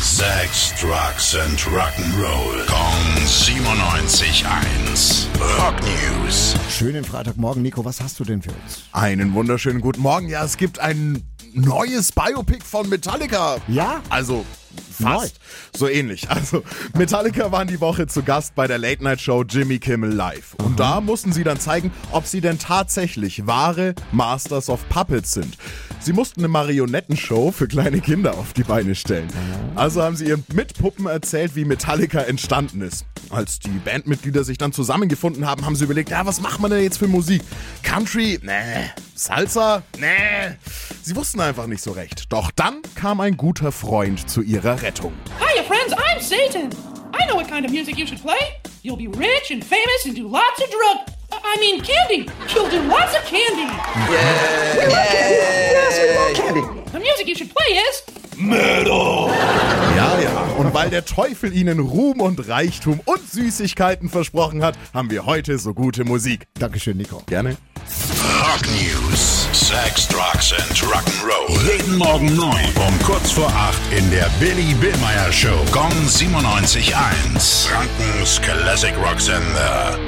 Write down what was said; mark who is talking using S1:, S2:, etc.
S1: Sex, Drugs and Rock'n'Roll. Kong 97.1. Rock News.
S2: Schönen Freitagmorgen, Nico. Was hast du denn für uns?
S3: Einen wunderschönen guten Morgen. Ja, es gibt ein neues Biopic von Metallica.
S2: Ja?
S3: Also fast so ähnlich. Also Metallica waren die Woche zu Gast bei der Late Night Show Jimmy Kimmel Live und da mussten sie dann zeigen, ob sie denn tatsächlich wahre Masters of Puppets sind. Sie mussten eine Marionettenshow für kleine Kinder auf die Beine stellen. Also haben sie ihren Mitpuppen erzählt, wie Metallica entstanden ist. Als die Bandmitglieder sich dann zusammengefunden haben, haben sie überlegt, ja, was macht man denn jetzt für Musik? Country? Nee. Salsa? Nee. Sie wussten einfach nicht so recht. Doch dann kam ein guter Freund zu ihrer Rettung.
S4: Hiya, friends, I'm Satan. I know what kind of music you should play. You'll be rich and famous and do lots of drug. I I mean, candy. You'll do lots of candy. The music you should play is.
S3: Ja, ja. Und weil der Teufel ihnen Ruhm und Reichtum und Süßigkeiten versprochen hat, haben wir heute so gute Musik.
S2: Dankeschön, Nico.
S3: Gerne.
S1: Rock News. Sex, Drugs and Rock'n'Roll. Jeden Morgen 9 um kurz vor 8 in der Billy Billmeyer Show. Gong 97.1. Frankens Classic Rock Sender.